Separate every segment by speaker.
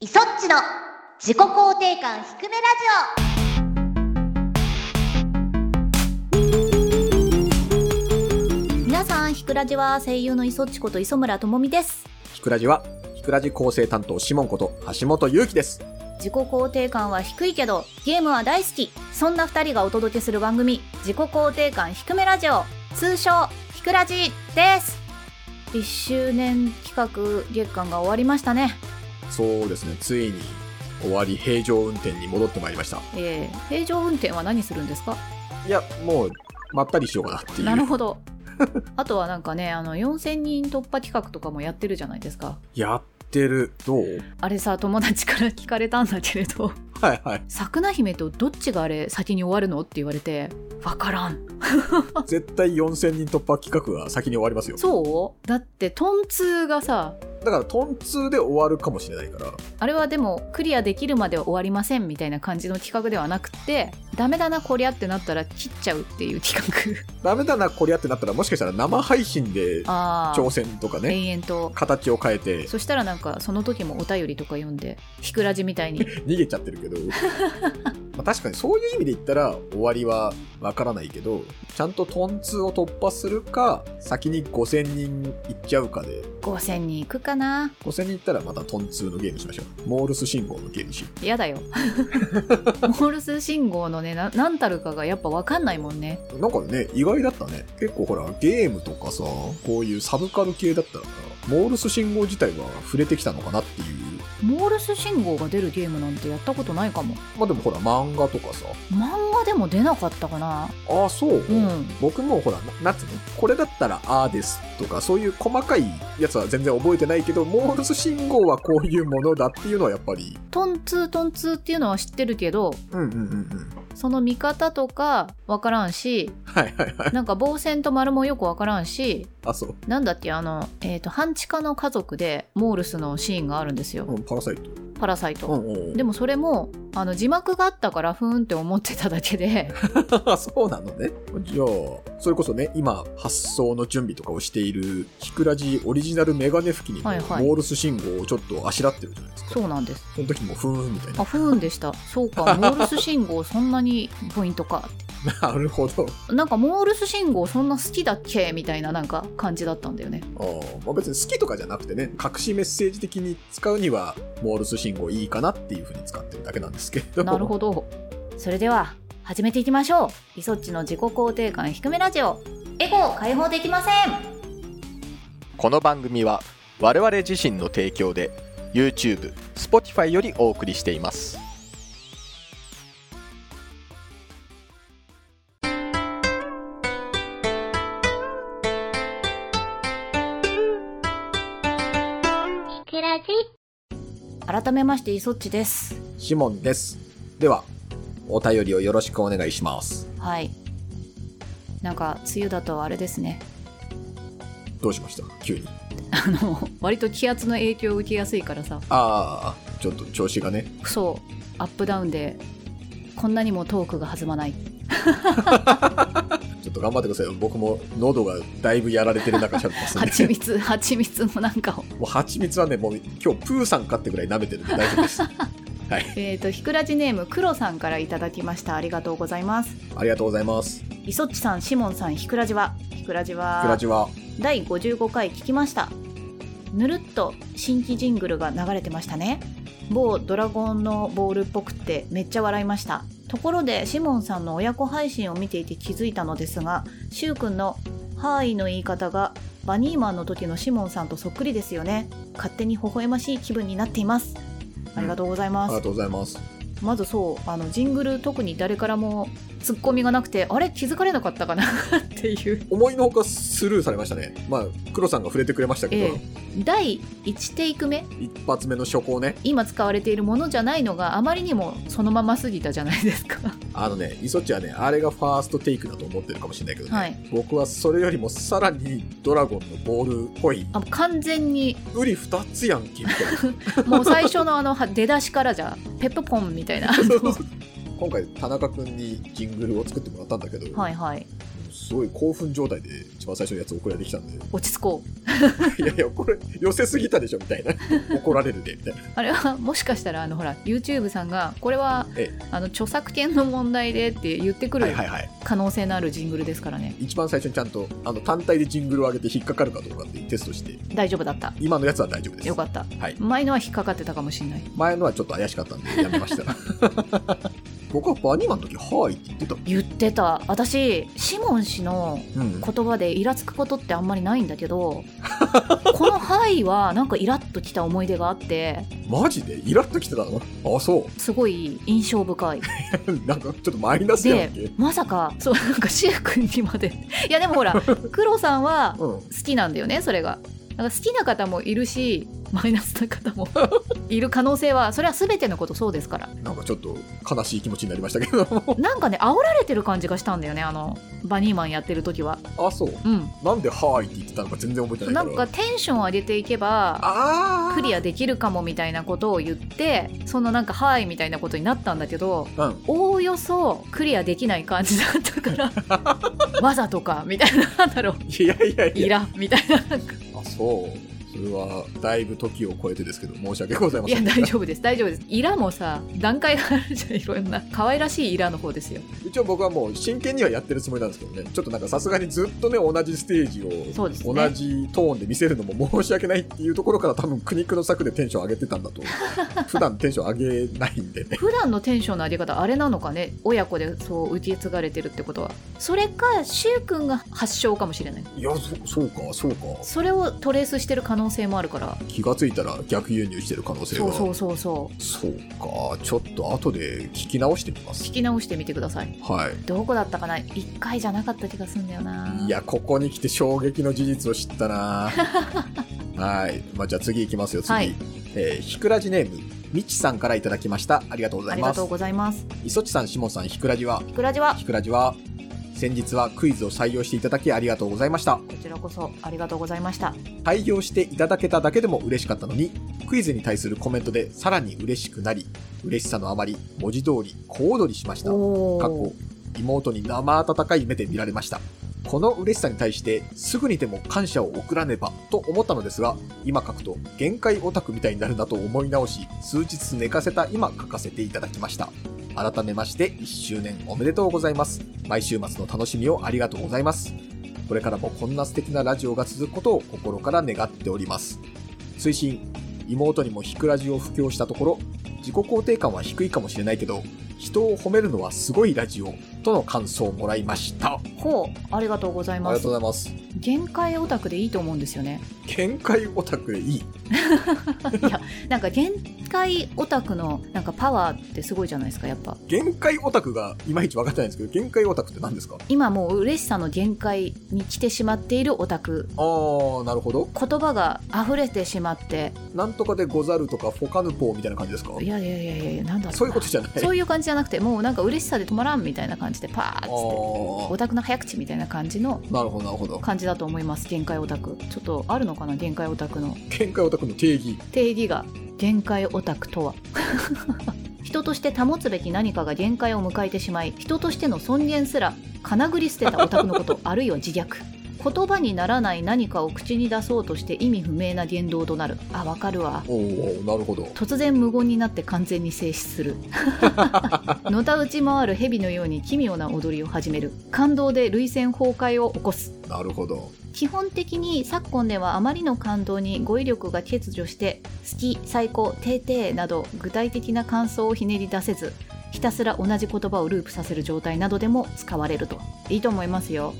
Speaker 1: イソッチの自己肯定感低めラジ
Speaker 2: 皆さん、ひくらじは声優の磯っちこと磯村智美です。
Speaker 3: ひくらじは、ひくらじ構成担当シモンこと橋本ゆうきです。
Speaker 2: 自己肯定感は低いけど、ゲームは大好き。そんな二人がお届けする番組、自己肯定感低めラジオ、通称、ひくらじです。1周年企画月間が終わりましたね。
Speaker 3: そうですね、ついに終わり平常運転に戻ってまいりました。
Speaker 2: えー、平常運転は何するんですか
Speaker 3: いや、もう、まったりしようかなっていう。
Speaker 2: なるほど。 あとはなんかね、あの、4000人突破企画とかもやってるじゃないですか。
Speaker 3: やってる。どう
Speaker 2: あれさ、友達から聞かれたんだけれど。
Speaker 3: はいはい。
Speaker 2: 桜姫とどっちがあれ先に終わるのって言われて分からん
Speaker 3: 絶対4000人突破企画が先に終わりますよ。
Speaker 2: そうだってトンツーがさ
Speaker 3: だから、トンツで終わるかもしれないから。
Speaker 2: あれはでもクリアできるまでは終わりませんみたいな感じの企画ではなくてダメだなこりゃってなったら切っちゃうっていう企画
Speaker 3: ダメだな、こりゃってなったら、もしかしたら生配信 で
Speaker 2: あ
Speaker 3: 挑
Speaker 2: あ
Speaker 3: 戦とかね、
Speaker 2: 延々と
Speaker 3: 形を変えて
Speaker 2: そしたらなんかその時もお便りとか読んでひくらじみたいに
Speaker 3: 逃げちゃってるけど。まあ確かにそういう意味で言ったら終わりはわからないけど、ちゃんとトンツを突破するか、先に5000人いっちゃうかで、
Speaker 2: 5000人いくかな
Speaker 3: 5000人いったらまたトンツのゲームしましょう。モールス信号のゲームしよ
Speaker 2: 嫌だよモールス信号のねな何たるかがやっぱ分かんないもんね
Speaker 3: う。なんかね、意外だったね。結構ほら、ゲームとかさ、こういうサブカル系だったらさ、モールス信号自体は触れてきたのかなっていう。
Speaker 2: モールス信号が出るゲームなんてやったことないかも
Speaker 3: まあでもほら、漫画とかさ、
Speaker 2: 漫画でも出なかったかな
Speaker 3: ああ、そう、
Speaker 2: うん
Speaker 3: 僕もほら、な夏ね、これだったらああですとか、そういう細かいやつは全然覚えてないけど、モールス信号はこういうものだっていうのはやっぱり、
Speaker 2: トンツートンツーっていうのは知ってるけど
Speaker 3: うんうんうんうん。
Speaker 2: その見方とかわからんし
Speaker 3: はいはいはい。
Speaker 2: なんか棒線と丸もよくわからんし
Speaker 3: あ、そう。
Speaker 2: なんだっけあのえっ、と半地下の家族でモールスのシーンがあるんですよ
Speaker 3: うん、パラサイト。
Speaker 2: パラサイ
Speaker 3: う
Speaker 2: ト、
Speaker 3: んうんうん。
Speaker 2: でもそれもあの字幕があったからふーんって思ってただけで
Speaker 3: そうなのね。じゃあ、それこそね、今、発送の準備とかをしている、ひくらじオリジナルメガネ付近にも、
Speaker 2: はいはい
Speaker 3: モールス信号をちょっとあしらってるじゃないですか。
Speaker 2: そうなんです
Speaker 3: その時も、ふーんみたい
Speaker 2: あ
Speaker 3: な。
Speaker 2: ふーんでしたそうかモールス信号そんなにポイントか
Speaker 3: なるほど。
Speaker 2: なんかモールス信号そんな好きだっけみたいななんか感じだったんだよね
Speaker 3: あーまあ、別に好きとかじゃなくてね隠しメッセージ的に使うにはモールス信号いいかなっていうふうに使ってるだけなんですけれど
Speaker 2: なるほど。それでは始めていきましょう。イソッチの自己肯定感低めラジオ。エゴを解放できません。
Speaker 4: この番組は我々自身の提供で YouTube、Spotify よりお送りしています。
Speaker 1: オひくらじ
Speaker 2: 改めましてイソッチです。
Speaker 3: シモンですではお便りをよろしくお願いします
Speaker 2: はい。なんか梅雨だとあれですね。
Speaker 3: どうしました急に
Speaker 2: あの割と気圧の影響を受けやすいからさ、
Speaker 3: ああちょっと調子がね
Speaker 2: そうアップダウンでこんなにもトークが弾まない。
Speaker 3: ちょっと頑張ってください僕も喉がだいぶやられてる中喋ってます
Speaker 2: 蜂
Speaker 3: んで
Speaker 2: 蜜蜂蜜 のなんかを。
Speaker 3: もう蜂蜜はねもう今日プーさんかってぐらい舐めてるんで大丈夫で すはい
Speaker 2: えっ、とひくらじネームクロさんからいただきました。ありがとうございます。
Speaker 3: ありがとうございますひ
Speaker 2: イソッチさん、シモンさん、ひくらじは。ひくらじは。
Speaker 3: くらじは
Speaker 2: 第55回聞きましたぬるっと新規ジングルが流れてましたね某ドラゴンのボールっぽくってめっちゃ笑いましたところでシモンさんの親子配信を見ていて気づいたのですがしゅうくんの「はーい」の言い方がバニーマンの時のシモンさんとそっくりですよね勝手に微笑ましい気分になっていますありがとうござい
Speaker 3: あ
Speaker 2: ま
Speaker 3: り
Speaker 2: す、
Speaker 3: がとうございます
Speaker 2: まずそうあのジングル特に誰からもツッコミがなくてあれ気づかれなかったかな っていう
Speaker 3: 思いのほかスルーされましたねまあ黒さんが触れてくれましたけ
Speaker 2: え
Speaker 3: ど、
Speaker 2: え第1テイク目
Speaker 3: 一発目の初行ね
Speaker 2: 今使われているものじゃないのがあまりにもそのまますぎたじゃないですか
Speaker 3: あのね、イソッチはね、あれがファーストテイクだと思ってるかもしれないけどね、
Speaker 2: はい
Speaker 3: 僕はそれよりもさらにドラゴンのボールっぽい、
Speaker 2: あ完全に
Speaker 3: ウリ二つやんけ、みたいな。
Speaker 2: もう最初のあのは出だしからじゃペップポンみたいな
Speaker 3: 今回、田中くんにジングルを作ってもらったんだけ ど、
Speaker 2: はいはい
Speaker 3: すごい興奮状態で一番最初のやつ送られてきたんで、
Speaker 2: 落ち着こう
Speaker 3: いやいや、これ寄せすぎたでしょみ たいな。怒られるで、みたいな。
Speaker 2: あれはもしかしたらあのほら YouTube さんがこれは
Speaker 3: え
Speaker 2: あの著作権の問題でって言ってく
Speaker 3: は
Speaker 2: る
Speaker 3: いはいはい。
Speaker 2: 可能性のあるジングルですからね
Speaker 3: 一番最初にちゃんと、あの、単体でジングルを上げて引っかかるかどうかってテストして、
Speaker 2: 大丈夫だった
Speaker 3: 今のやつは大丈夫です。
Speaker 2: よかった
Speaker 3: はい。
Speaker 2: 前のは引っかかってたかもしれない
Speaker 3: 前のはちょっと怪しかったんでやめました。 僕はバニーマンの時、はいって言ってたもん。
Speaker 2: 言ってた私シモン氏の
Speaker 3: うん。
Speaker 2: 言葉でイラつくことってあんまりないんだけどこの「はい」はなんかイラッときた思い出があって
Speaker 3: マジでイラッときてたのあ、そ。
Speaker 2: すごい印象深いう
Speaker 3: なんかちょっとマイナスやんけ。
Speaker 2: まさかそうなんかシュウ君にまでいやでもほら黒さんは
Speaker 3: うん。
Speaker 2: 好きなんだよねそれがなんか好きな方もいるしマイナスな方もいる可能性はそれは全てのことそうですから
Speaker 3: なんかちょっと悲しい気持ちになりましたけど も。
Speaker 2: なんかね煽られてる感じがしたんだよねあのバニーマンやってる時は
Speaker 3: あ、そう。
Speaker 2: うん
Speaker 3: なんではいって言ってたのか全然覚えてない
Speaker 2: な
Speaker 3: か
Speaker 2: んか
Speaker 3: ら。
Speaker 2: テンション上げていけば
Speaker 3: ああ。
Speaker 2: クリアできるかもみたいなことを言ってそのなんか「はい」みたいなことになったんだけど
Speaker 3: うん。
Speaker 2: おおよそクリアできない感じだったから わざとかみたいななんだろう
Speaker 3: いやいやいや。
Speaker 2: イラみたいななんか
Speaker 3: あ、そう。それは、だいぶ時を超えてですけど、申し訳ございま
Speaker 2: い
Speaker 3: せ
Speaker 2: や
Speaker 3: ん。
Speaker 2: 大丈夫です大丈夫ですイラもさ段階があるじゃんいろんな可愛らしいイラの方ですよ
Speaker 3: 一応僕はもう真剣にはやってるつもりなんですけどね。ちょっとなんかさすがにずっとね、同じステージを、
Speaker 2: そうですね
Speaker 3: 同じトーンで見せるのも申し訳ないっていうところから多分苦肉の策でテンション上げてたん だと。普段テンション上げないんでね。
Speaker 2: 普段のテンションの上げ方あれなのかね親子でそう受け継がれてるってことはそれかしゅうくんが発祥かもしれない
Speaker 3: いや、そそうか、そうか。
Speaker 2: それをトレースしてる可能性もあるから
Speaker 3: 気がついたら逆輸入してる可能性が。
Speaker 2: そうそうそうそう
Speaker 3: そうか、ちょっと後で聞き直してみます
Speaker 2: 聞。き直してみてください
Speaker 3: はい。
Speaker 2: どこだったかな1回じゃなかった気がするんだよない
Speaker 3: や、ここに来て衝撃の事実を知 ったなはい。まあ、じゃあ次行きますよ、次。
Speaker 2: はい
Speaker 3: えーひくらじネーム、みちさんからいただきました。ありがとうござ
Speaker 2: あ
Speaker 3: い
Speaker 2: り
Speaker 3: ま
Speaker 2: が
Speaker 3: す
Speaker 2: とう。ございます
Speaker 3: 磯地さん、しもさん、ひくらじは、
Speaker 2: いくらじは
Speaker 3: ひくらじは、先日はクイズを採用していただきありがとうございました。
Speaker 2: こちらこそありがとうございました
Speaker 3: 採用していただけただけでも嬉しかったのに、クイズに対するコメントでさらに嬉しくなり、嬉しさのあまり、文字通り、小躍りしました。
Speaker 2: お
Speaker 3: 過去
Speaker 2: お
Speaker 3: 妹に生温かい目で見られましたこの嬉しさに対してすぐにでも感謝を送らねばと思ったのですが今書くと限界オタクみたいになるなと思い直し数日寝かせた今書かせていただきました改めまして1周年おめでとうございます毎週末の楽しみをありがとうございますこれからもこんな素敵なラジオが続くことを心から願っております推進妹にもひくラジを布教したところ自己肯定感は低いかもしれないけど人を褒めるのはすごいラジオとの感想をもらいましたあり
Speaker 2: ほうありがとうござい
Speaker 3: が
Speaker 2: ま
Speaker 3: とう
Speaker 2: す
Speaker 3: ございます
Speaker 2: 限界オタクでいいと思うんですよね
Speaker 3: 見解オタクでいい
Speaker 2: なんか限界オタクのなんかパワーってすごいじゃないですかやっぱ
Speaker 3: 限界オタクがいまいち分かってないんですけど限界オタクって何ですか
Speaker 2: 今もう嬉しさの限界に来てしまっているオタク
Speaker 3: あーなるほど
Speaker 2: 言葉が溢れてしまって
Speaker 3: なんとかでござるとかフォカヌポーみたいな感じですか
Speaker 2: いやいやいやいやいやなんだろな
Speaker 3: そういうことじゃない
Speaker 2: そういう感じじゃなくてもうなんか嬉しさで止まらんみたいな感じでパーッつって
Speaker 3: あ
Speaker 2: オタクの早口みたいな感じの
Speaker 3: ーなるほどなるほど
Speaker 2: 感じだと思います限界オタクちょっとあるのかな限界オタクの
Speaker 3: 限界オタクの定義
Speaker 2: 定義が限界オタクとは 人として保つべき何かが限界を迎えてしまい人としての尊厳すらかなぐり捨てたオタクのことあるいは自虐言葉にならない何かを口に出そうとして意味不明な言動となるあわかるわ
Speaker 3: おーなるほど
Speaker 2: 突然無言になって完全に静止するのたうち回る蛇のように奇妙な踊りを始める感動で涙腺崩壊を起こす
Speaker 3: なるほど
Speaker 2: 基本的に昨今ではあまりの感動に語彙力が欠如して好き最高てーてーなど具体的な感想をひねり出せずひたすら同じ言葉をループさせる状態などでも使われるといいと思いますよ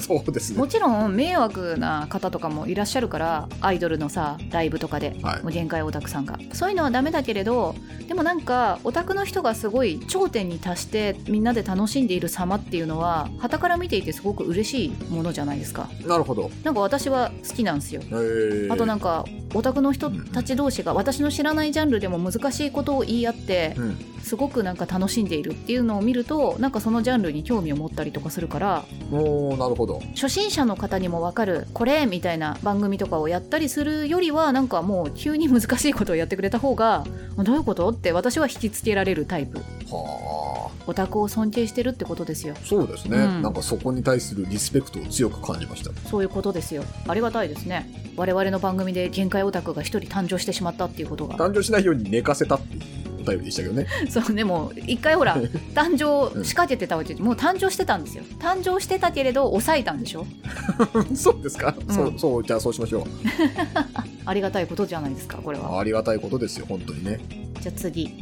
Speaker 3: そうですね
Speaker 2: もちろん迷惑な方とかもいらっしゃるからアイドルのさライブとかで、
Speaker 3: はい
Speaker 2: もう限界オタクさんがそういうのはダメだけれどでもなんかオタクの人がすごい頂点に達してみんなで楽しんでいる様っていうのは傍から見ていてすごく嬉しいものじゃないですか
Speaker 3: なるほど
Speaker 2: なんか私は好きなんですよ。
Speaker 3: えー、
Speaker 2: あとなんかオタクの人たち同士が私の知らないジャンルでも難しいことを言い合って
Speaker 3: うん
Speaker 2: すごくなんか楽しんでいるっていうのを見るとなんかそのジャンルに興味を持ったりとかするから
Speaker 3: おーなるほど
Speaker 2: 初心者の方にもわかるこれみたいな番組とかをやったりするよりはなんかもう急に難 しいことをやってくれた方がどういうことって私は引きつけられるタイプ
Speaker 3: は
Speaker 2: オタクを尊敬してるってことですよ
Speaker 3: そうですね、
Speaker 2: うん
Speaker 3: なんかそこに対するリスペクトを強く感じました
Speaker 2: そういうことですよありがたいですね我々の番組で限界オタクが一人誕生してしまったっていうことが
Speaker 3: 誕生しないように寝かせたっていうお便りでしたけ どね
Speaker 2: そうでも一回 ほら誕生仕掛けてたわけでもう誕生してたんですよ誕生してたけれど抑えたんでしょ
Speaker 3: そうですか、
Speaker 2: うん
Speaker 3: そうそうじゃあそうしましょう
Speaker 2: ありがたいことじゃないですかこれは
Speaker 3: ありがたいことですよ本当にね
Speaker 2: じゃあ次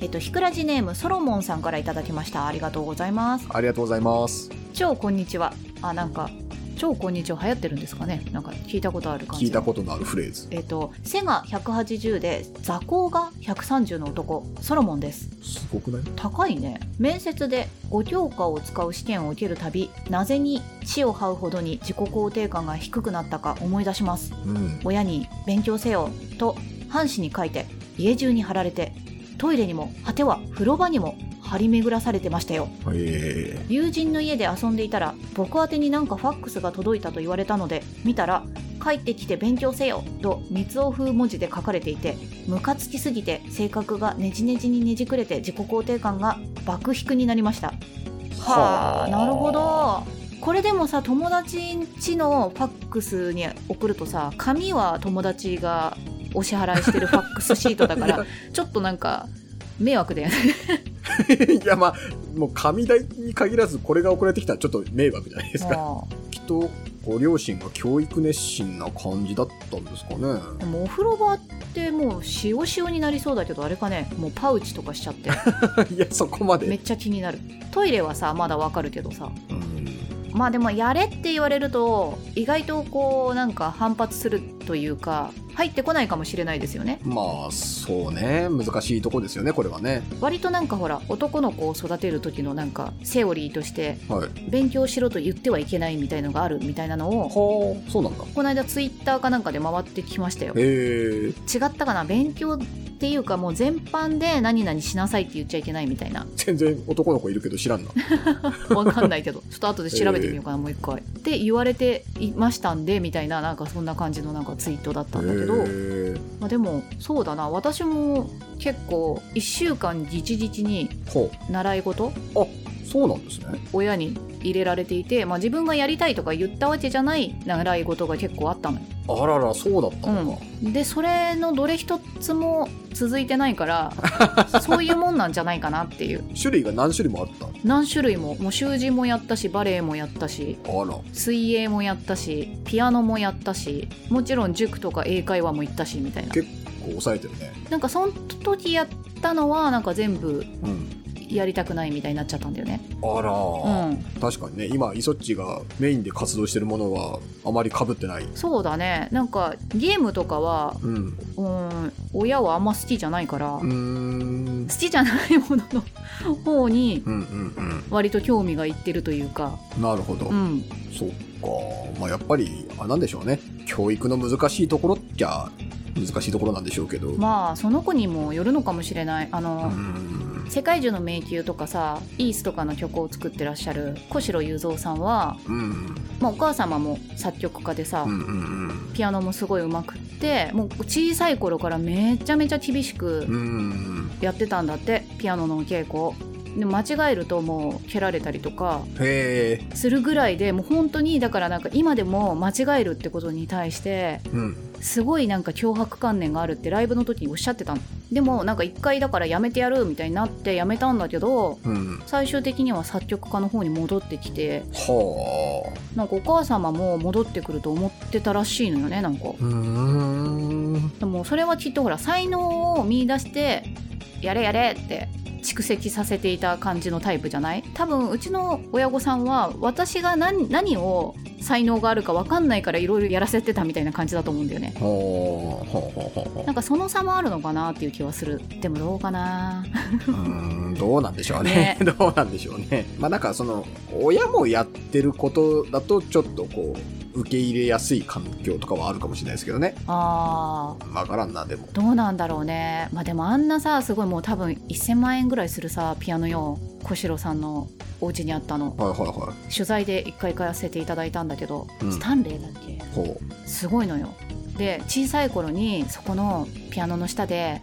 Speaker 2: えっとひくらじネームソロモンさんからいただきましたありがとうございます
Speaker 3: ありがとうございます
Speaker 2: 超こんにちはあなんか超こんにちは流行ってるんですかねなんか聞いたことある感じ
Speaker 3: 聞いたことのあるフレーズ
Speaker 2: えっと背が180で座高が130の男ソロモンです
Speaker 3: すごくない
Speaker 2: 高いね面接で5教科を使う試験を受けるたびなぜに地を這うほどに自己肯定感が低くなったか思い出します
Speaker 3: うん
Speaker 2: 親に「勉強せよ」と半紙に書いて家中に貼られてトイレにも果ては風呂場にも張り巡らされてましたよ
Speaker 3: ええ
Speaker 2: 友人の家で遊んでいたら僕宛てになんかファックスが届いたと言われたので見たら「帰ってきて勉強せよ」と三尾風文字で書かれていてムカつきすぎて性格がねじねじにねじくれて自己肯定感が爆低になりましたはあなるほどこれでもさ友達んちのファックスに送るとさ紙は友達がお支払いしてるファックスシートだから ちょっとなんか迷惑だよね
Speaker 3: いやまあもう紙代に限らずこれが送られてきたらちょっと迷惑じゃない ですか
Speaker 2: もう
Speaker 3: きっとご両親が教育熱心な感じだったんですかね
Speaker 2: でもお風呂場ってもう塩塩になりそうだけどあれかねもうパウチとかしちゃって
Speaker 3: いやそこま
Speaker 2: めっ
Speaker 3: で、
Speaker 2: ちゃ気になるトイレはさまだわかるけどさ
Speaker 3: うん、
Speaker 2: まあでもやれって言われると意外とこうなんか反発するというか入ってこないかもしれないですよね
Speaker 3: まあそうね難しいとこですよねこれはね
Speaker 2: 割となんかほら男の子を育てる時のなんかセオリーとして
Speaker 3: はい
Speaker 2: 勉強しろと言ってはいけないみたいのがあるみたいなのを
Speaker 3: はあそうなんだ
Speaker 2: この間ツイッターかなんかで回ってきましたよ
Speaker 3: へえ
Speaker 2: 違ったかな勉強っていうかもう全般で何々しなさいって言っちゃいけないみたいな
Speaker 3: 全然男の子いるけど知らんな
Speaker 2: わかんないけど、 ちょっと後で調べてみようかな、もう一回。って言われていましたんで、みたいな、なんかそんな感じのなんかツイートだったんだけど、
Speaker 3: へえ
Speaker 2: まあでも、そうだな、私も結構、1週間ぎちぎちに
Speaker 3: ほ
Speaker 2: 習い事、
Speaker 3: うあそうなんですね
Speaker 2: 親に入れられていて、まあ自分がやりたいとか言ったわけじゃない習い事が結構あったのよ。
Speaker 3: あららそうだったのか、
Speaker 2: で、それのどれ一つも続いてない から、そういうもんなんじゃないかなっていう。
Speaker 3: 種類が何種類もあった
Speaker 2: 何種類も、もう習字もやったし、バレエもやったし、
Speaker 3: あら
Speaker 2: 水泳もやったしピアノもやったしもちろん塾とか英会話も行ったしみたいな
Speaker 3: 結こう抑えてるね
Speaker 2: なんかその時やったのはなんか全部
Speaker 3: うん
Speaker 2: やりたくないみたいになっちゃったんだよね
Speaker 3: あら、
Speaker 2: うん
Speaker 3: 確かにね今イソッチがメインで活動してるものはあまり被ってない
Speaker 2: そうだねなんかゲームとかは
Speaker 3: うん
Speaker 2: うん親はあんま好きじゃないから、
Speaker 3: うー
Speaker 2: 好
Speaker 3: ん
Speaker 2: きじゃないものの 方に
Speaker 3: うんうん
Speaker 2: 割と興味がいってるというか
Speaker 3: うんなるほど、
Speaker 2: うん
Speaker 3: そっかまあやっぱりあなんでしょうね教育の難しいところっちゃ難しいところなんでしょうけど、
Speaker 2: まあその子にもよるのかもしれないあ
Speaker 3: う
Speaker 2: の、
Speaker 3: ん
Speaker 2: 世界中の迷宮とかさイースとかの曲を作ってらっしゃる小城雄三さんは
Speaker 3: うん
Speaker 2: まあ、お母様も作曲家でさ、
Speaker 3: うんうん
Speaker 2: ピアノもすごい上手くってもう小さい頃からめちゃめちゃ厳し
Speaker 3: うんう
Speaker 2: く
Speaker 3: ん
Speaker 2: やってたんだってピアノのお稽古をで間違えるともう蹴られたりとか
Speaker 3: へえ
Speaker 2: するぐらいでもう本当にだからなんか今でも間違えるってことに対して
Speaker 3: うん
Speaker 2: すごいなんか脅迫観念があるってライブの時におっしゃってたのでもなんか一回だからやめてやるみたいになってやめたんだけど
Speaker 3: うん
Speaker 2: 最終的には作曲家の方に戻ってきて
Speaker 3: は
Speaker 2: なんかお母様も戻ってくると思ってたらしいのよねなんか
Speaker 3: あうーん
Speaker 2: でもそれはきっとほら才能を見出してやれやれって蓄積させていた感じのタイプじゃない多分うちの親御さんは私が何何を才能があるか分かんないからいろいろやらせてたみたいな感じだと思うんだよね
Speaker 3: はあはあはあはあ
Speaker 2: なんかその差もあるのかなっていう気はするでもどうかな
Speaker 3: うーんどうなんでしょうねどうなんでしょうねまあなんかその親もやってることだとちょっとこう受け入れやすい環境とかはあるかもしれないですけどね
Speaker 2: あー
Speaker 3: わからんなでも
Speaker 2: どうなんだろうねまあでもあんなさすごいもう多分1000万円ぐらいするさピアノよ小四郎さんのお家にあったの
Speaker 3: はいはいは
Speaker 2: 取材で一回行かせていただいたんだけど、
Speaker 3: うん
Speaker 2: スタンレーだっけ
Speaker 3: いほ
Speaker 2: すごいのよで小さい頃にそこのピアノの下で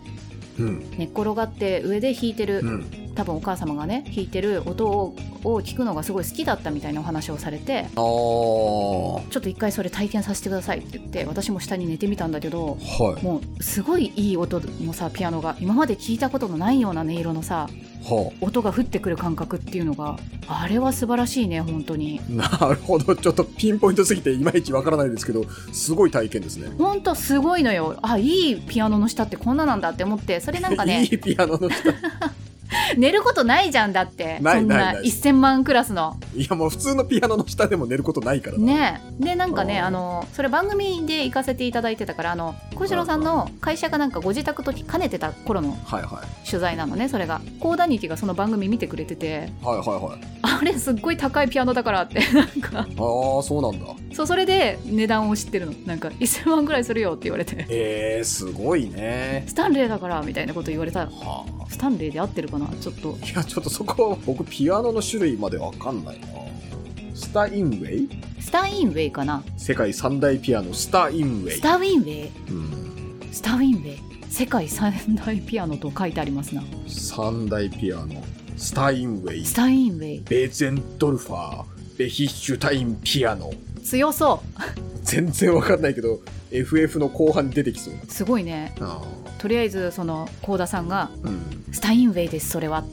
Speaker 3: ううん
Speaker 2: 寝っ転がって上で弾いて
Speaker 3: う
Speaker 2: る
Speaker 3: ん
Speaker 2: 多分お母様がね弾いてる音をを聞くのがすごい好きだったみたいなお話をされて
Speaker 3: ああは
Speaker 2: ちょっと一回それ体験させてくださいって言って私も下に寝てみたんだけど
Speaker 3: い
Speaker 2: もうすごいいい音のさピアノが今まで聞いたことのないような音色のさ
Speaker 3: は
Speaker 2: 音が降ってくる感覚っていうのがあれは素晴らしいね本当に
Speaker 3: あなるほどちょっとピンポイントすぎていまいちわからないですけどすごい体験ですね
Speaker 2: 本当すごいのよあいいピアノの下ってこんななんだって思ってそれなんかね
Speaker 3: いいピアノの下
Speaker 2: 寝ることないじゃんだって
Speaker 3: ない
Speaker 2: そん
Speaker 3: ない
Speaker 2: な
Speaker 3: ない
Speaker 2: 1000万クラスの
Speaker 3: いやもう普通のピアノの下でも寝ることないからな
Speaker 2: ねえでなんかね
Speaker 3: あー
Speaker 2: あのそれ番組で行かせていただいてたからあの小次郎さんの会社がなんかご自宅と兼ねてた頃の
Speaker 3: はいはい
Speaker 2: 取材なのねそれが高田日記がその番組見てくれてて
Speaker 3: はいはいはい
Speaker 2: あれすっごい高いピアノだからって なんか
Speaker 3: ああそうなんだ
Speaker 2: そうそれで値段を知ってるのなんか1000万ぐらいするよって言われて
Speaker 3: えー、すごいね
Speaker 2: スタンレーだからみたいなこと言われた
Speaker 3: はあ
Speaker 2: スタンレーで合ってるかなちょっと
Speaker 3: いやちょっとそこは僕ピアノの種類までわかんないなスタインウェイ
Speaker 2: スタインウェイかな
Speaker 3: 世界三大ピアノスタインウェ
Speaker 2: ス
Speaker 3: イ
Speaker 2: タウィンウェイ
Speaker 3: うん
Speaker 2: スタウィンウェイ世界三大ピアノと書いてありますな
Speaker 3: 三大ピアノスタインウェイ
Speaker 2: スタインウェイ
Speaker 3: ベーゼンドルファーベヒッシュタインピアノ
Speaker 2: 強そ
Speaker 3: 全然わかんないけど FF の後半に出てきそう
Speaker 2: うすごいね
Speaker 3: あ
Speaker 2: とりあえずその幸田さんが
Speaker 3: ーうん
Speaker 2: 「スタインウェイですそれは」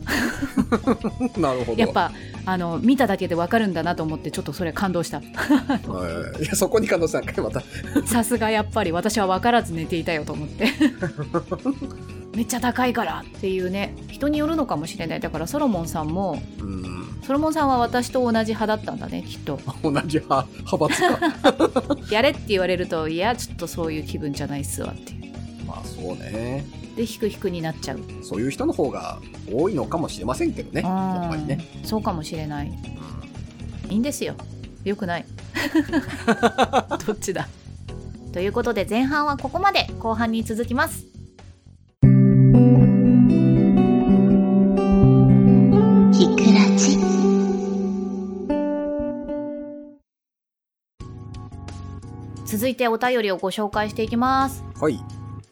Speaker 3: なるほど
Speaker 2: やっぱあの見ただけでわかるんだなと思ってちょっとそれ感動した
Speaker 3: はいいやそこに可能性高いまた
Speaker 2: さすがやっぱり私は分からず寝ていたよと思って めっちゃ高いからっていうね人によるのかもしれないだからソロモンさんも
Speaker 3: うん
Speaker 2: ソロモンさんは私と同じ派だったんだねきっと
Speaker 3: 同じ派派 閥か
Speaker 2: やれって言われるといやちょっとそういう気分じゃないっすわっていう
Speaker 3: まあそうね
Speaker 2: でひくひくになっちゃう
Speaker 3: そういう人の方が多いのかもしれませんけどねやっぱりね、
Speaker 2: うんそうかもしれない
Speaker 3: うん
Speaker 2: いいんですよよくない どっちだということで前半はここまで後半に続きます
Speaker 1: ひくらじ。
Speaker 2: 続いてお便りをご紹介していきます
Speaker 3: はい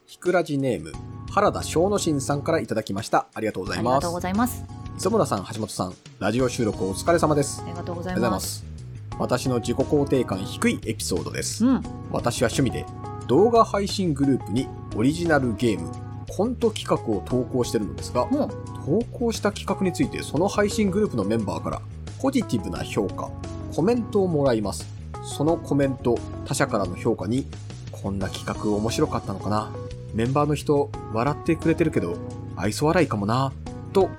Speaker 3: ひくらじネーム原田小野進さんからいただきましたありがとうござ
Speaker 2: あ
Speaker 3: い
Speaker 2: り
Speaker 3: ま
Speaker 2: が
Speaker 3: す
Speaker 2: とうございます
Speaker 3: 磯村さん橋本さんラジオ収録お疲れ様です
Speaker 2: ありがとうござ
Speaker 3: あ
Speaker 2: い
Speaker 3: りがとう
Speaker 2: ま
Speaker 3: ございますす私の自己肯定感低いエピソードです
Speaker 2: うん
Speaker 3: 私は趣味で動画配信グループにオリジナルゲームコント企画を投稿してるのですが
Speaker 2: も
Speaker 3: 投稿した企画についてその配信グループのメンバーからポジティブな評価コメントをもらいますそのコメント他者からの評価にこんな企画面白かったのかなメンバーの人笑ってくれてるけど愛想笑いかもなと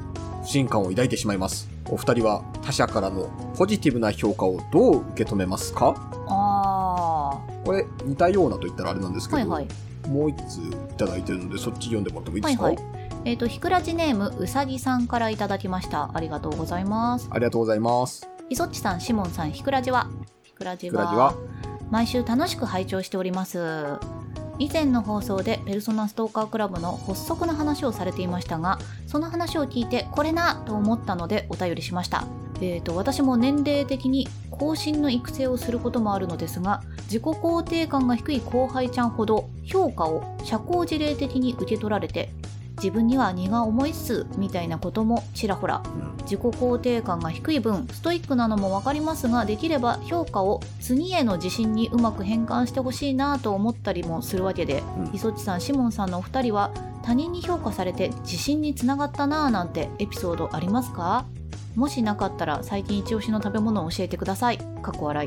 Speaker 3: 不信感を抱いてしまいますお二人は他者からのポジティブな評価をどう受け止めますか
Speaker 2: うあ
Speaker 3: これ似たようなと言ったらあれなんです
Speaker 2: ー
Speaker 3: けど、
Speaker 2: はいはい
Speaker 3: もう一通いただいてるのでそっち読んでもらってもいい
Speaker 2: は
Speaker 3: で
Speaker 2: い
Speaker 3: すか、
Speaker 2: はいえっ、とひくらじネームうさぎさんからいただきましたありがとうございます
Speaker 3: ありがとうございます
Speaker 2: いそっちさんしもんさんひくらじはひくらじ
Speaker 3: ひくらじは
Speaker 2: は毎週楽しく拝聴しております以前の放送でペルソナストーカークラブの発足の話をされていましたがその話を聞いてこれなと思ったのでお便りしましたえー、と私も年齢的に後進の育成をすることもあるのですが自己肯定感が低い後輩ちゃんほど評価を社交辞令的に受け取られて自分には荷が重いっすみたいなこともちらほら
Speaker 3: うん
Speaker 2: 自己肯定感が低い分ストイックなのも分かりますができれば評価を次への自信にうまく変換してほしいなと思ったりもするわけで、
Speaker 3: うん
Speaker 2: 磯地さんシモンさんのお二人は他人に評価されて自信につながったなぁなんてエピソードありますかもしなかったら最近一押しの食べ物を教えてください過去笑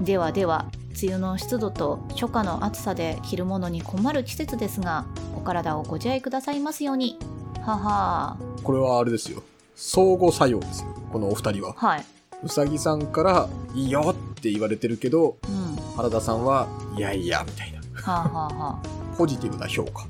Speaker 2: い ではでは梅雨の湿度と初夏の暑さで着るものに困る季節ですがお体をご自愛くださいますようにはは
Speaker 3: これはあれですよ。相互作用ですよ。このお二人は。
Speaker 2: はい、
Speaker 3: うさぎさんから、いいよって言われてるけど、
Speaker 2: うん、
Speaker 3: 原田さんは、いやいや、みたいな。
Speaker 2: はあはあはあ
Speaker 3: ポジティブな評価。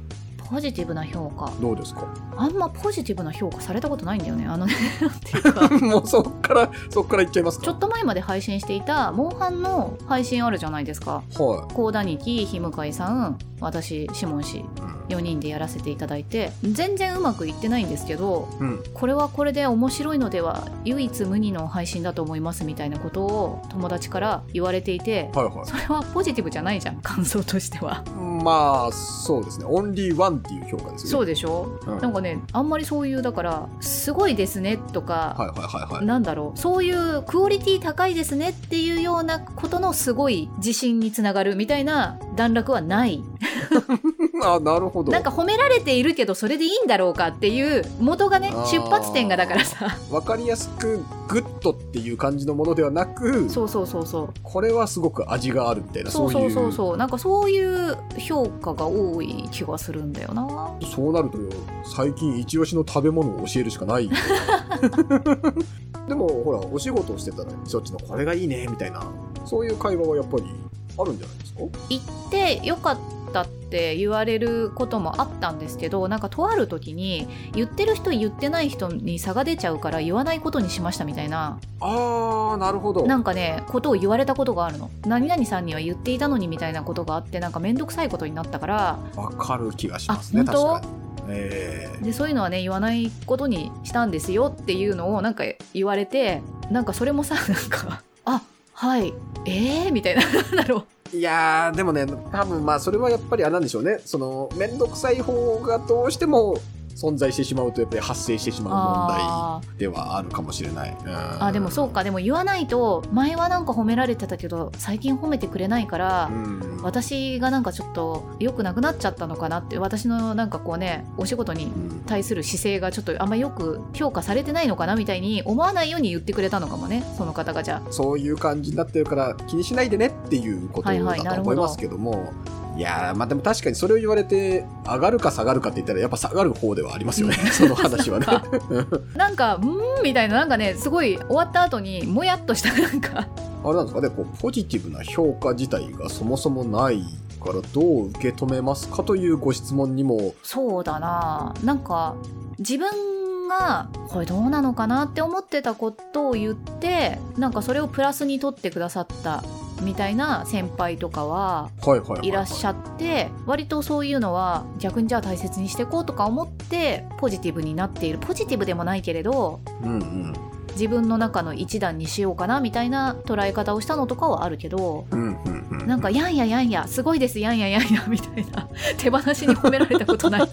Speaker 2: ポジティブな評価
Speaker 3: どうですか
Speaker 2: あんまポジティブな評価されたことないんだよねあの ねっていう か
Speaker 3: もうそっから、そっからいっちゃいます
Speaker 2: ちょ
Speaker 3: か
Speaker 2: っと前まで配信していたモンハンの配信あるじゃないですか
Speaker 3: は
Speaker 2: 高田にきひむかいさん私シモン氏
Speaker 3: い。
Speaker 2: 4人でやらせていただいて全然うまくいってないんですけど
Speaker 3: うん。うん
Speaker 2: これはこれで面白いのでは唯一無二の配信だと思いますみたいなことを友達から言われていて
Speaker 3: はいはい。
Speaker 2: それはポジティブじゃないじゃん感想としては
Speaker 3: うーん、まあ、そうですね。オンリーワンっていう評価ですよね。
Speaker 2: そう
Speaker 3: で
Speaker 2: でしょ、
Speaker 3: うん
Speaker 2: なんかねあんまりそういうだから「すごいですね」とか、
Speaker 3: はいはいはいはい。
Speaker 2: なんだろうそういうクオリティ高いですねっていうようなことのすごい自信につながるみたいな段落はない
Speaker 3: あ、なるほど。
Speaker 2: なんか褒められているけどそれでいいんだろうかっていう元がね
Speaker 3: あー
Speaker 2: 出発点がだからさ
Speaker 3: わかりやすく、グッドっていう感じのものではなく、
Speaker 2: そうそうそうそう
Speaker 3: これはすごく味があるみたいな、
Speaker 2: そ
Speaker 3: そうう
Speaker 2: そ
Speaker 3: いうう。
Speaker 2: そうそうなんかそういう評価が多い気がするんだよな
Speaker 3: そうなるとよ、最近一押しの食べ物を教えるしか ないよ。でも、ほら、お仕事をしてたら、そっちのこれがいいね、みたいな、そういう会話はやっぱりあるんじゃないですか
Speaker 2: 行ってよかったって言われることもあったんですけどなんかとある時に言ってる人言ってない人に差が出ちゃうから言わないことにしましたみたいな
Speaker 3: あー、なるほど。
Speaker 2: なんかねことを言われたことがあるの何々さんには言っていたのにみたいなことがあってなんか面倒くさいことになったから
Speaker 3: わかる気がしますね、
Speaker 2: あ
Speaker 3: 確
Speaker 2: 本
Speaker 3: かに。えー
Speaker 2: でそういうのはね言わないことにしたんですよっていうのをなんか言われてなんかそれもさなんかあはいえー、みたいななんだろう
Speaker 3: いやー、でもね、多分まあ、それはやっぱりあれなんでしょうね。その、めんどくさい方がどうしても存在してしまうと、やっぱり発生してしま
Speaker 2: あ
Speaker 3: う問題ではあるかもしれない。
Speaker 2: ーあでもそうかでも言わないと前はなんか褒められてたけど最近褒めてくれないから
Speaker 3: う。ん。
Speaker 2: 私がなんかちょっと良くなくなっちゃったのかなって私のなんかこうねお仕事に
Speaker 3: うん
Speaker 2: 対する姿勢がちょっとあんまよく評価されてないのかなみたいに思わないように言ってくれたのかもねその方がじゃ
Speaker 3: そういう感じになってるから気にしないでねっていうこと
Speaker 2: はいはい
Speaker 3: だ
Speaker 2: な
Speaker 3: と
Speaker 2: るほ
Speaker 3: 思い
Speaker 2: ど
Speaker 3: ますけども、いやーまあでも確かにそれを言われて上がるか下がるかって言ったらやっぱ下がる方ではありますよね その話はね
Speaker 2: なんあなんか「んー」みたいななんかねすごい終わった後にもやっとしたなんか
Speaker 3: あれなんですかねこうポジティブな評価自体がそもそもないからどう受け止めますかというご質問にも
Speaker 2: そうだななんか自分がこれどうなのかなって思ってたことを言ってなんかそれをプラスに取ってくださったみたいな先輩とかは
Speaker 3: はいはいはい,、はい、
Speaker 2: いらっしゃって割とそういうのは逆にじゃあ大切にしていこうとか思ってポジティブになっているポジティブでもないけれど
Speaker 3: うんうん
Speaker 2: 自分の中の一段にしようかなみたいな捉え方をしたのとかはあるけど
Speaker 3: うんうんうん
Speaker 2: なんかやんややんやすごいですやんややんやみたいな手放しに褒められたことない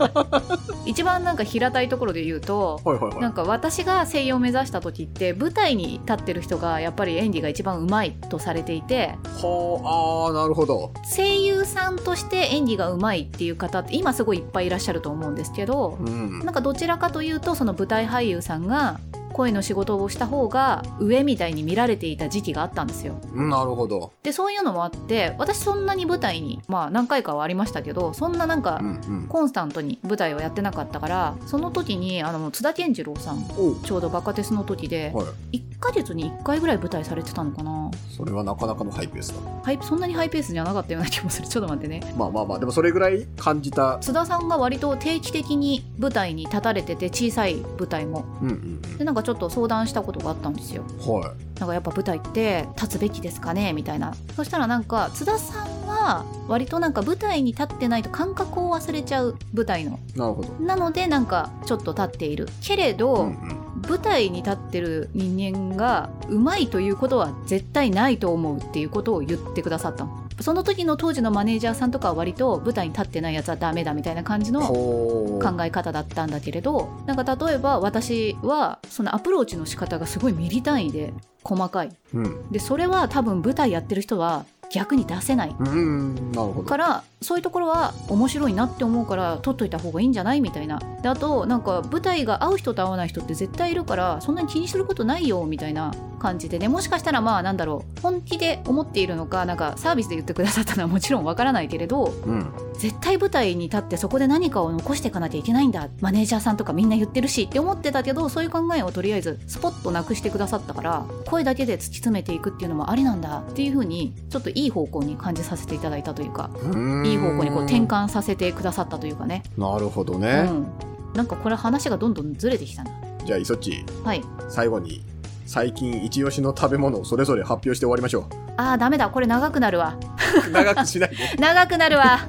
Speaker 2: 一番なんか平たいところで言うと
Speaker 3: はいはいはい
Speaker 2: なんか私が声優を目指した時って舞台に立ってる人がやっぱり演技が一番うまいとされていて
Speaker 3: はあーなるほど
Speaker 2: 声優さんとして演技がうまいっていう方って今すごいいっぱいいらっしゃると思うんですけど
Speaker 3: うん
Speaker 2: なんかどちらかというとその舞台俳優さんが声の仕事をした方が上みたいに見られていた時期があったんですよ。
Speaker 3: うんなるほど
Speaker 2: でそういうのもあって私そんなに舞台にまあ何回かはありましたけどそんななんか
Speaker 3: うんうん
Speaker 2: コンスタントに舞台をやってなかったからその時にあの津田健次郎さん
Speaker 3: おう
Speaker 2: ちょうどバカテスの時で
Speaker 3: はい
Speaker 2: 1ヶ月に1回ぐらい舞台されてたのかな
Speaker 3: それはなかなかのハイペースだ
Speaker 2: ハイそんなにハイペースじゃなかったような気もするちょっと待ってね
Speaker 3: まあまあまあでもそれぐらい感じた
Speaker 2: 津田さんが割と定期的に舞台に立たれてて小さい舞台も
Speaker 3: うんうん
Speaker 2: でなんかちょっと相談したことがあったんですよ
Speaker 3: うんはい
Speaker 2: なんかやっぱ舞台って立つべきですかねみたいなそしたらなんか津田さんは割となんか舞台に立ってないと感覚を忘れちゃう舞台の
Speaker 3: なるほど
Speaker 2: なのでなんかちょっと立っているけれど、
Speaker 3: うんうん
Speaker 2: 舞台に立ってる人間がうまいということは絶対ないと思うっていうことを言ってくださったのその時の当時のマネージャーさんとかは割と舞台に立ってないやつはダメだみたいな感じの
Speaker 3: ほう
Speaker 2: 考え方だったんだけれどなんか例えば私はそのアプローチの仕方がすごいミリ単位で細かい
Speaker 3: うん
Speaker 2: でそれは多分舞台やってる人は逆に出せない
Speaker 3: うんなるほど
Speaker 2: からそういうところは面白いなって思うから撮っといた方がいいんじゃないみたいなであとなんか舞台が合う人と合わない人って絶対いるからそんなに気にすることないよみたいな感じでねもしかしたらまあなんだろう本気で思っているのかなんかサービスで言ってくださったのはもちろんわからないけれど
Speaker 3: うん
Speaker 2: 絶対舞台に立ってそこで何かを残していかなきゃいけないんだマネージャーさんとかみんな言ってるしって思ってたけどそういう考えをとりあえずスポッとなくしてくださったから声だけで突き詰めていくっていうのもありなんだっていう風にちょっといい方向に感じさせていただいたというか
Speaker 3: うん
Speaker 2: いい方向にこう転換させてくださったというかね、
Speaker 3: なるほど
Speaker 2: う
Speaker 3: ね、
Speaker 2: ん、なんかこれ話がどんどんずれてきたな
Speaker 3: じゃあイソッチ
Speaker 2: はい
Speaker 3: 最後に最近一押しの食べ物をそれぞれ発表して終わりましょ
Speaker 2: あーダメだこれ長くなるわ
Speaker 3: う長くしないで
Speaker 2: 長くなるわ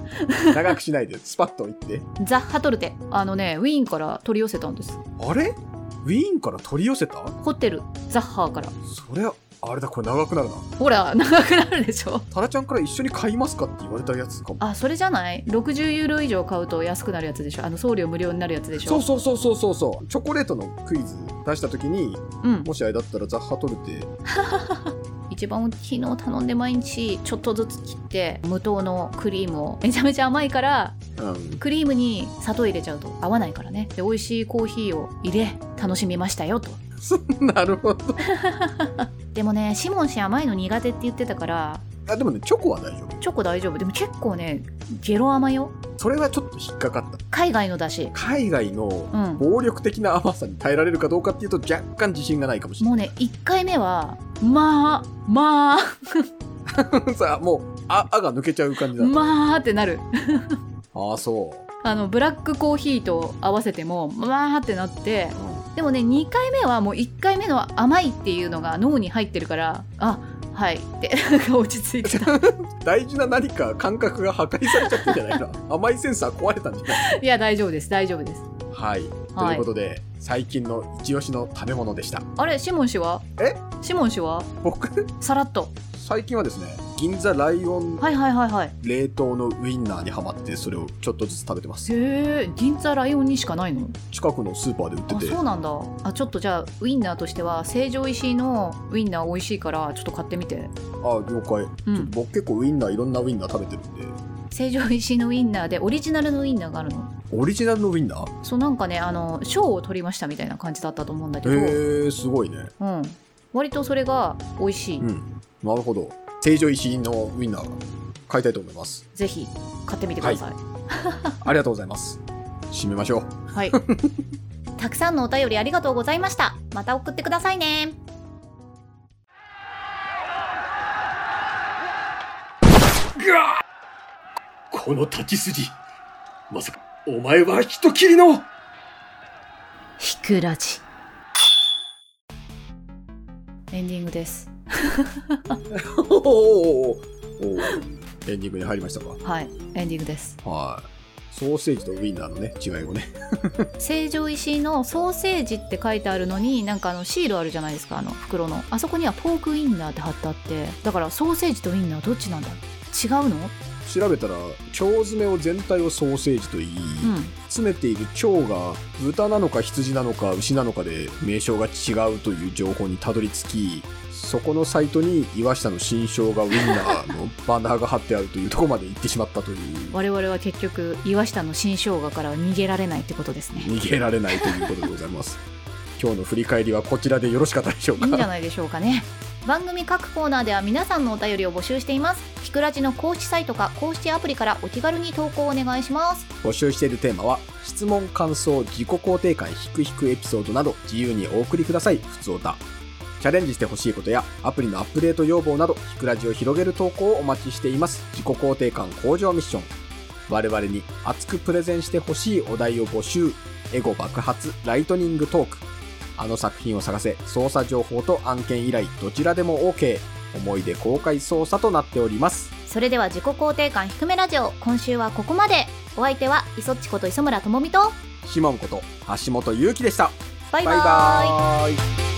Speaker 3: 長くしないでスパッといって
Speaker 2: ザッハトルテあのねウィーンから取り寄せたんです
Speaker 3: あれウィーンから取り寄せた
Speaker 2: ホテルザッハーから
Speaker 3: それあれだ、これ長くなるな。
Speaker 2: ほら長くなるでしょ
Speaker 3: タラちゃんから一緒に買いますかって言われたやつかも。
Speaker 2: あそれじゃない60ユーロ以上買うと安くなるやつでしょあの送料無料になるやつでしょ
Speaker 3: そうそうそうそうそうそう。チョコレートのクイズ出した時に、
Speaker 2: うん
Speaker 3: もしあれだったらザッハトルテ、
Speaker 2: 一番大きいのを頼んで毎日ちょっとずつ切って無糖のクリームをめちゃめちゃ甘いから
Speaker 3: うん、
Speaker 2: クリームに砂糖入れちゃうと合わないからねで美味しいコーヒーを入れ楽しみましたよと
Speaker 3: なるほど。
Speaker 2: でもねシモン氏甘いの苦手って言ってたから
Speaker 3: あ、でもね、チョコは大丈夫。
Speaker 2: チョコ大丈夫でも結構ねゲロ甘よ
Speaker 3: それはちょっと引っかかった。
Speaker 2: 海外のだし
Speaker 3: 海外の
Speaker 2: うん
Speaker 3: 暴力的な甘さに耐えられるかどうかっていうと若干自信がないかもしれ
Speaker 2: も
Speaker 3: な
Speaker 2: うね1回目はまあまあ
Speaker 3: い。 さあ、もう、あ、あが抜けちゃう感じだ。
Speaker 2: まあってなる
Speaker 3: ああ、そう。
Speaker 2: あのブラックコーヒーと合わせてもまあってなって
Speaker 3: う
Speaker 2: でもね2回目はもう1回目の甘いっていうのが脳に入ってるからあはいってなんか落ち着い てた
Speaker 3: ん大事な何か感覚が破壊されちゃってんじゃないか 甘いセンサー壊れたんじゃない
Speaker 2: いや大丈夫です大丈夫です
Speaker 3: はい。と
Speaker 2: は
Speaker 3: いう
Speaker 2: い
Speaker 3: ことで、最近の一押しの食べ物でした。
Speaker 2: あれシモン氏は
Speaker 3: え
Speaker 2: シモン氏は
Speaker 3: 僕、
Speaker 2: さらっと
Speaker 3: 最近はですね、銀座ライオン
Speaker 2: はいはいはいはい
Speaker 3: 冷凍のウインナーにハマって、それをちょっとずつ食べてます。
Speaker 2: へえ銀座ライオンにしかないの
Speaker 3: 近くのスーパーで売
Speaker 2: あ
Speaker 3: ってて
Speaker 2: そ、うなんだあちょっとじゃあウインナーとしては成城石井のウインナー美味しいからちょっと買ってみて
Speaker 3: あ、
Speaker 2: う
Speaker 3: 了解。ちょっと
Speaker 2: ん
Speaker 3: 僕結構ウインナーいろんなウインナー食べてるんで、
Speaker 2: 成城石井のウインナーでオリジナルのウインナーがあるの
Speaker 3: オリジナルのウインナー
Speaker 2: そうなんかねあの賞を取りましたみたいな感じだったと思うんだけど、
Speaker 3: へー、すごいね。
Speaker 2: うん、割とそれが美味しい、
Speaker 3: うん。なるほど。成城石井のウインナー買いたいと思います。
Speaker 2: ぜひ買ってみてください、
Speaker 3: ありがとうございます。締めましょう。
Speaker 2: はい、
Speaker 1: たくさんのお便りありがとうございましたまた送ってくださいね
Speaker 5: この立ち筋まさかお前は人斬りの
Speaker 2: ひくらじエンディングです
Speaker 3: おーおーおーおーエンディングに入りましたか。
Speaker 2: はいエンディングです
Speaker 3: はい。ソーセージとウインナーのね、違いをね。
Speaker 2: 成城石井のソーセージって書いてあるのになんかあのシールあるじゃないですかあの袋のあそこにはポークウインナーって貼ってあってだからソーセージとウインナーどっちなんだ違うの
Speaker 3: 調べたら、腸詰めを全体をソーセージと言い、
Speaker 2: うん
Speaker 3: 詰めている腸が豚なのか羊なのか牛なのかで名称が違うという情報にたどり着き、そこのサイトに岩下の新生姜ウインナーのバナーが貼ってあるというところまで行ってしまったという。
Speaker 2: 我々は結局岩下の新生姜からは逃げられないってこと ですね
Speaker 3: 逃げられないということでございます。今日の振り返りはこちらでよろしかったでしょう
Speaker 2: いいんじゃ
Speaker 3: か。
Speaker 2: ないでしょうかね
Speaker 1: 番組各コーナーでは皆さんのお便りを募集していますひくらじの公式サイトか公式アプリからお気軽に投稿お願いします
Speaker 3: 募集しているテーマは、質問、感想、自己肯定感、ひくひくエピソードなど、自由にお送りください、ふつおた。チャレンジしてほしいことや、アプリのアップデート要望など、ひくらじを広げる投稿をお待ちしています。自己肯定感向上ミッション。我々に熱くプレゼンしてほしいお題を募集。エゴ爆発、ライトニングトーク。あの作品を探せ、捜査情報と案件依頼、どちらでも OK。思い出公開捜査となっております。
Speaker 1: それでは自己肯定感低めラジオ今週はここまでお相手は磯っちこと磯村智美と
Speaker 3: シモンこと橋本祐希でした。
Speaker 1: バイバーイ
Speaker 3: バイバーイ